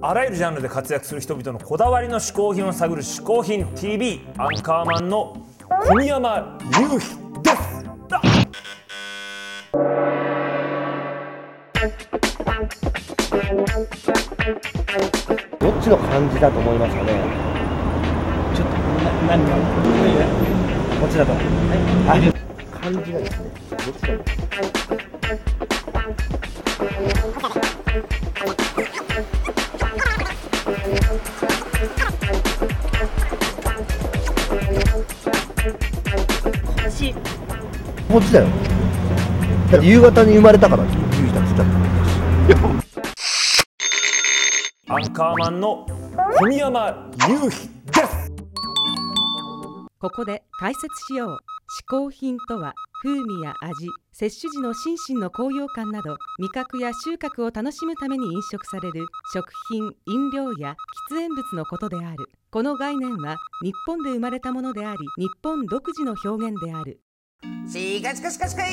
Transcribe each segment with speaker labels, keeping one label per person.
Speaker 1: あらゆるジャンルで活躍する人々のこだわりの嗜好品を探る「嗜好品 TV」アンカーマンの小宮山雄飛ですあ
Speaker 2: どっちの感じだと思いますかね。
Speaker 3: ちょっとな何か
Speaker 2: こっちだと。はい。感じがですね。どっちだろう。
Speaker 4: し
Speaker 2: こっちだよ。だって夕方に生まれたから。夕日だっつったから。
Speaker 1: アンカーマンの小宮山雄飛です
Speaker 4: ここで解説しよう嗜好品とは風味や味摂取時の心身の高揚感など味覚や収穫を楽しむために飲食される食品飲料や喫煙物のことであるこの概念は日本で生まれたものであり日本独自の表現である
Speaker 5: しかしかしかしかい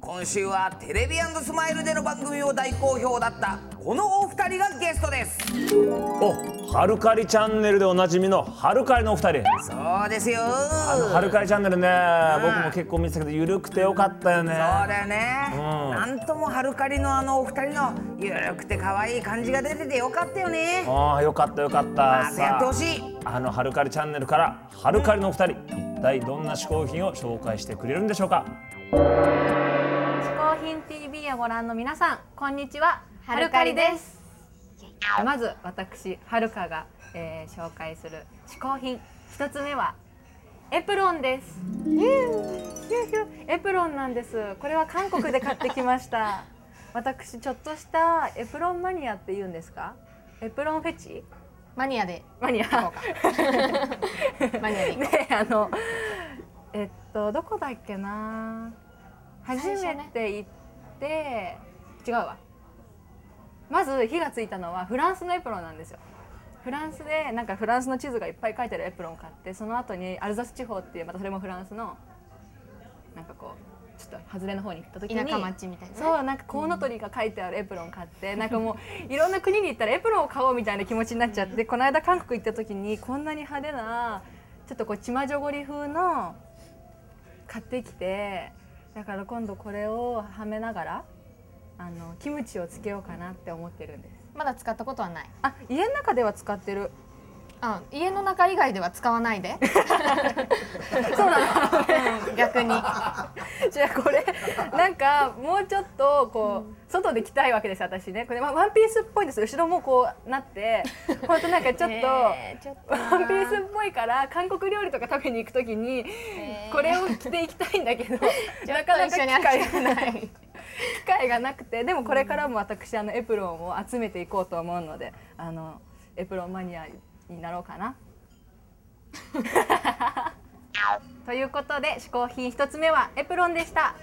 Speaker 5: 今週はテレビスマイルでの番組も大好評だったこのお二人がゲストです
Speaker 1: おはるかりチャンネルでおなじみのはるかりのお二人
Speaker 5: そうですよ
Speaker 1: はるかりチャンネルね、
Speaker 5: うん
Speaker 1: 僕も結構見てたけど緩くてよかったよね
Speaker 5: そうだよね、
Speaker 1: うん
Speaker 5: なんともハルカリのあのお二人のゆるくて可愛い感じが出ててよかったよね
Speaker 1: ああよかったよかった、
Speaker 5: またやってほしい
Speaker 1: あのはるかりチャンネルからはるかりのお二人、一体どんな嗜好品を紹介してくれるんでしょうか
Speaker 6: 嗜好品 TV をご覧の皆さんこんにちははるかりですまず私はるかが、えー紹介する嗜好品一つ目はエプロンですヒューヒューエプロンなんですこれは韓国で買ってきました 私ちょっとしたエプロンマニアって言うんですかエプロンフェチ
Speaker 7: マニ アで
Speaker 6: マニア
Speaker 7: マニアで行こ
Speaker 6: であのえっとどこだっけな初
Speaker 7: 初
Speaker 6: め
Speaker 7: ね
Speaker 6: て行って、違うわまず火がついたのはフランスのエプロンなんですよフランスでなんかフランスの地図がいっぱい書いてあるエプロンを買ってその後にアルザス地方っていうまたそれもフランスのなんかこうちょっと外れの方に行った時
Speaker 7: う
Speaker 6: に
Speaker 7: 田舎町みたいなね
Speaker 6: そうなんかコウノトリが書いてあるエプロン買ってなんかもういろんな国に行ったらエプロンを買おうみたいな気持ちになっちゃってこの間韓国行った時にこんなに派手なちょっとこうチマジョゴリ風の買ってきてだから今度これをはめながらあのキムチをつけようかなって思ってるんです
Speaker 7: うまだ使ったことはない
Speaker 6: あ家の中では使ってる
Speaker 7: あ家の中以外では使わな い
Speaker 6: そ
Speaker 7: で
Speaker 6: うなの
Speaker 7: うん逆に
Speaker 6: じゃあこれなんかもうちょっとこう外で着たいわけです私ねこれまあワンピースっぽいんです後ろもこうな って本当なんかちょっと、
Speaker 7: えーちょっと
Speaker 6: ワ
Speaker 7: な
Speaker 6: ンピースっぽいから韓国料理とか食べに行くときに
Speaker 7: えー
Speaker 6: これを着ていきたいんだけ ど
Speaker 7: ちょ
Speaker 6: な
Speaker 7: っ
Speaker 6: かな
Speaker 7: と
Speaker 6: か
Speaker 7: 一
Speaker 6: 機
Speaker 7: 緒に
Speaker 6: 会
Speaker 7: 歩け
Speaker 6: が
Speaker 7: ない
Speaker 6: 機会がなくてでもこれからも私あのエプロンを集めていこうと思うのであのエプロンマニアになろうか な。ということで試行品一つ目はエプロンでした。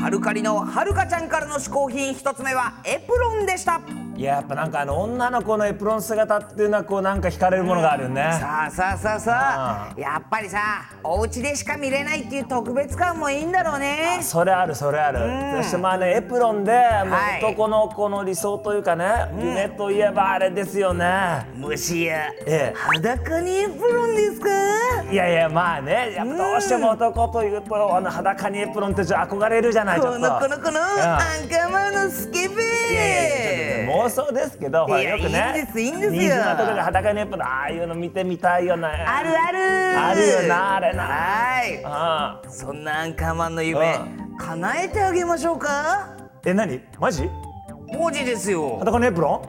Speaker 5: ハルカリのはるかちゃんからの嗜好品一つ目はエプロンでした
Speaker 1: いややっぱなんかあの女の子のエプロン姿っていうのはこうなんか惹かれるものがあるよね、
Speaker 5: さあさあさあさあやっぱりさお家でしか見れないっていう特別感もいいんだろうね
Speaker 1: それあるそれある、
Speaker 5: うん
Speaker 1: そしてまあねエプロンで、もう
Speaker 5: はい
Speaker 1: 男の子の理想というかね、夢といえばあれですよね
Speaker 5: 虫や
Speaker 1: ええ
Speaker 5: 裸にエプロンですか
Speaker 1: いやいやまあねやっぱどうしても男というとあの裸にエプロンってちょっと憧れるじゃないちょっ
Speaker 5: ことのこのこのアンカーマンのスケベ
Speaker 1: いやいやいやちょっと妄想ですけどほら
Speaker 5: いや
Speaker 1: よくね
Speaker 5: いいんですいいんですよ
Speaker 1: 新島とかで裸にエプロンああいうの見てみたいよね
Speaker 5: あるある
Speaker 1: あるよなあれな
Speaker 5: はい
Speaker 1: ああ
Speaker 5: そんなアンカーマンの夢、
Speaker 1: う
Speaker 5: 叶えてあげましょうか
Speaker 1: え何マジ
Speaker 5: 文字ですよ
Speaker 1: 裸にエプロ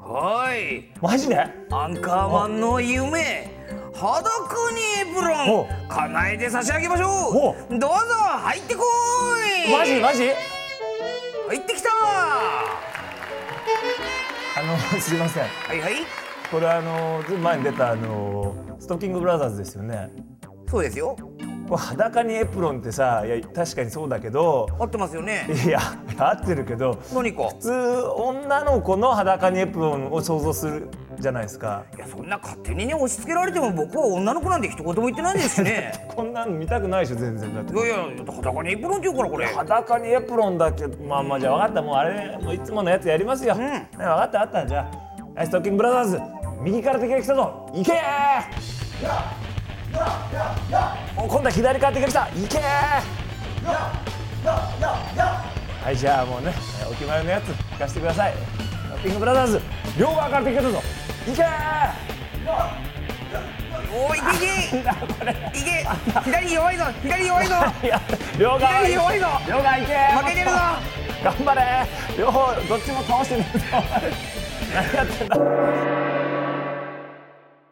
Speaker 5: はい
Speaker 1: ンマジで
Speaker 5: アンカーマンの夢裸にエプロ
Speaker 1: お
Speaker 5: ン叶えて差し上げましょうどうぞ入ってこい
Speaker 1: マジマジ
Speaker 5: 入ってきたは
Speaker 1: あの すいません
Speaker 5: いはい
Speaker 1: これあのずいぶん前に出たあのストッキングブラザーズですよね
Speaker 5: そうですよ
Speaker 1: こう裸にエプロンってさいや確かにそうだけど
Speaker 5: 合ってますよね
Speaker 1: いや合ってるけど
Speaker 5: 何か
Speaker 1: 普通女の子の裸にエプロンを想像するじゃないですか
Speaker 5: いやそんな勝手にね押し付けられても僕は女の子なんて一言も言ってないですし ね
Speaker 1: こんなの見たくないでしょ全然だって
Speaker 5: いやいや裸にエプロンって言うからこれ
Speaker 1: 裸にエプロンだけまあまあじゃあ分かったもうあれもういつものやつやりますよ、
Speaker 5: ん
Speaker 1: ね分かった分かったじゃあアイストッキングブラザーズ右から敵が来たぞ行けーお今度は左から敵が来た行けーはいじゃあもうねお決まりのやつ聞かせてくださいアイストッキングブラザーズ両側から敵が来たぞ行けー
Speaker 5: おーいけいけいけ左弱いぞ左弱いぞ
Speaker 1: いや両側
Speaker 5: 左弱いぞ
Speaker 1: 両側行けー
Speaker 5: 負けてるぞ
Speaker 1: 頑張れ両方どっちも倒してねえぞ何やってんだ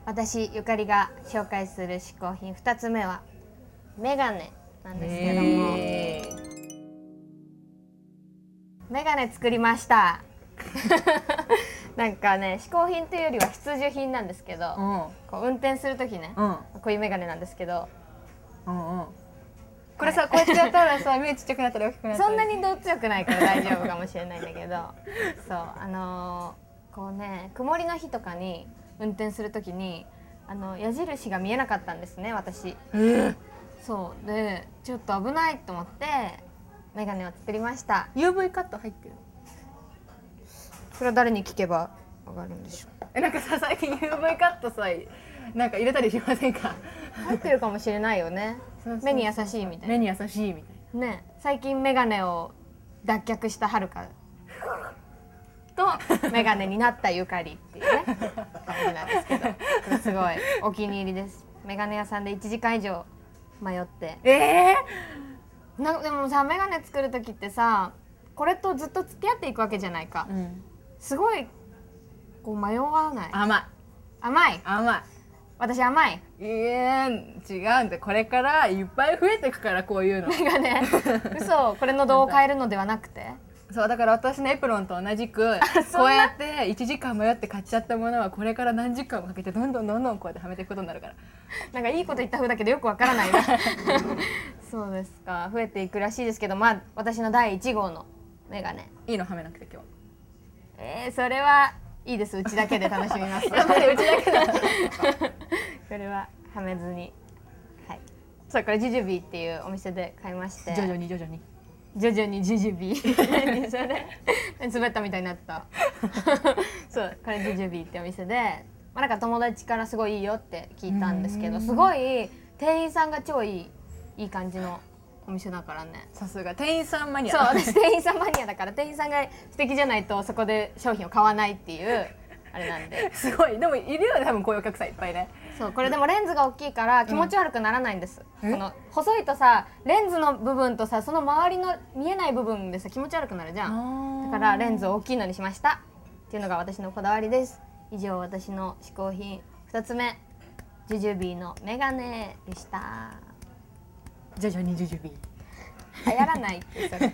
Speaker 7: 私ゆかりが紹介する嗜好品2つ目はメガネなんですけども、
Speaker 6: えー
Speaker 7: メガネ作りました なんかね嗜好品というよりは必需品なんですけど、
Speaker 6: うん
Speaker 7: こう運転する時ね、
Speaker 6: うん
Speaker 7: こういうメガネなんですけど
Speaker 6: うんうんこれさこうやってやったらさ目ちっちゃくなったり大きくなったり
Speaker 7: そんなにどっちよくないから大丈夫かもしれないんだけど そうあのーこうね曇りの日とかに運転するときにあの矢印が見えなかったんですね私、そうでちょっと危ないと思ってメガネを作りました
Speaker 6: UV カット入ってる
Speaker 7: それは誰に聞けばわかるんでしょう
Speaker 6: えなんかさ最近 UV カットさなんか入れたりしませんか
Speaker 7: 入ってるかもしれないよね
Speaker 6: そうそう
Speaker 7: 目に優しいみたい
Speaker 6: 目に優しいみたい
Speaker 7: なね最近メガネを脱却したはるかとメガネになったゆかりっていうね感じなんですけどすごいお気に入りですメガネ屋さんで1時間以上迷って
Speaker 6: な え
Speaker 7: なでもさメガネ作る時ってさこれとずっと付き合っていくわけじゃないか
Speaker 6: えうん
Speaker 7: すごいこう迷わない
Speaker 6: 甘い
Speaker 7: 甘い
Speaker 6: 甘
Speaker 7: 私甘い
Speaker 6: いいえ違うんだこれからいっぱい増えてくからこう いうの
Speaker 7: メガネ嘘これの度を変えるのではなくて
Speaker 6: そうだから私のエプロンと同じく
Speaker 7: そ
Speaker 6: こ
Speaker 7: んな
Speaker 6: うやって1時間迷って買っちゃったものはこれから何時間もかけてどんどんどんどんこうやってはめていくことになるから
Speaker 7: なんかいいこと言った風だけどよくわから ないなそうですか増えていくらしいですけどまあ私の第1号のメガネ
Speaker 6: いいのはめなくて今日
Speaker 7: えー、それはいいですうちだけで楽しみます やっぱりうちだけ だこれははめずにはいそうこれジュジュビーっていうお店で買いまして
Speaker 6: 徐々に徐々に
Speaker 7: 徐々にジュジュビー 何それ何滑ったみたいになった そうこれジュジュビーってお店で、まあ、なんか友達からすごいいいよって聞いたんですけどすごい店員さんが超いいいい感じのお店だからね
Speaker 6: さすが店員さんマニア
Speaker 7: そう私店員さんマニアだから店員さんが素敵じゃないとそこで商品を買わないっていうあれなんで
Speaker 6: すごいでもいるよね多分こういうお客さんいっぱいね
Speaker 7: そうこれでもレンズが大きいから気持ち悪くならないんです、この細いとさレンズの部分とさその周りの見えない部分でさ気持ち悪くなるじゃんだからレンズを大きいのにしましたっていうのが私のこだわりです以上私の嗜好品2つ目ジュジュビーのメガネでした
Speaker 6: 徐々に徐々に
Speaker 7: 流行らないってそれ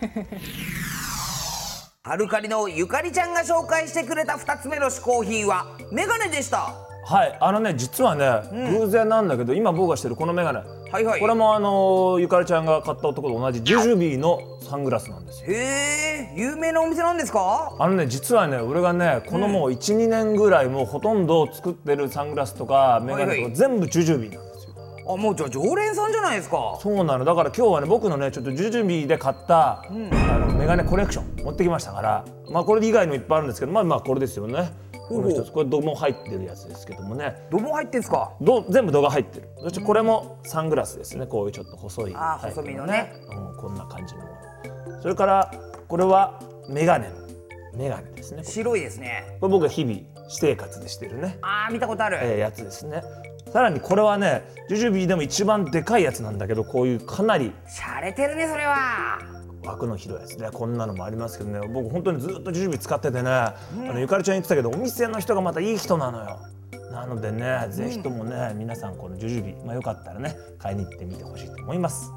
Speaker 5: ハルカリのゆかりちゃんが紹介してくれた2つ目の嗜好品はメガネでした
Speaker 1: はいあのね実はね、偶然なんだけど今僕がしてるこのメガネ
Speaker 5: はいはい
Speaker 1: これもあのーゆかりちゃんが買った男と同じジュジュビーのサングラスなんですよ
Speaker 5: へえ有名なお店なんですか
Speaker 1: あのね実はね俺がねこのもう12、年ぐらいもうほとんど作ってるサングラスとかメガネ
Speaker 5: はい
Speaker 1: と
Speaker 5: は
Speaker 1: か
Speaker 5: い
Speaker 1: 全部ジュジュビーなんですよ
Speaker 5: あもうじゃあ常連さんじゃないですか
Speaker 1: そうなのだから今日はね僕のねちょっとジュジュビーで買った、あのメガネコレクション持ってきましたからまあこれ以外にもいっぱいあるんですけどまあまあこれですよねこの一つこれども入ってるやつですけどもね
Speaker 5: ども入ってんすか
Speaker 1: ど全部度が入ってるそしてこれもサングラスですねこういうちょっと細い
Speaker 5: あー
Speaker 1: タイプ
Speaker 5: 細
Speaker 1: うん、こんな感じのものそれからこれはメガネのメガネですねこれ
Speaker 5: 白いですね
Speaker 1: これ僕が日々私生活でしてるね、
Speaker 5: あー見たことある、
Speaker 1: えーやつですねさらにこれはねジュジュビーでも一番でかいやつなんだけどこういうかなり
Speaker 5: 洒落てるねそれは
Speaker 1: 枠の広いやつねこんなのもありますけどね僕本当にずっとジュジュビー使っててね、あのゆかりちゃん言ってたけどお店の人がまたいい人なのよなのでね、ぜひともね皆さんこのジュジュビー、まあ、よかったらね買いに行ってみてほしいと思います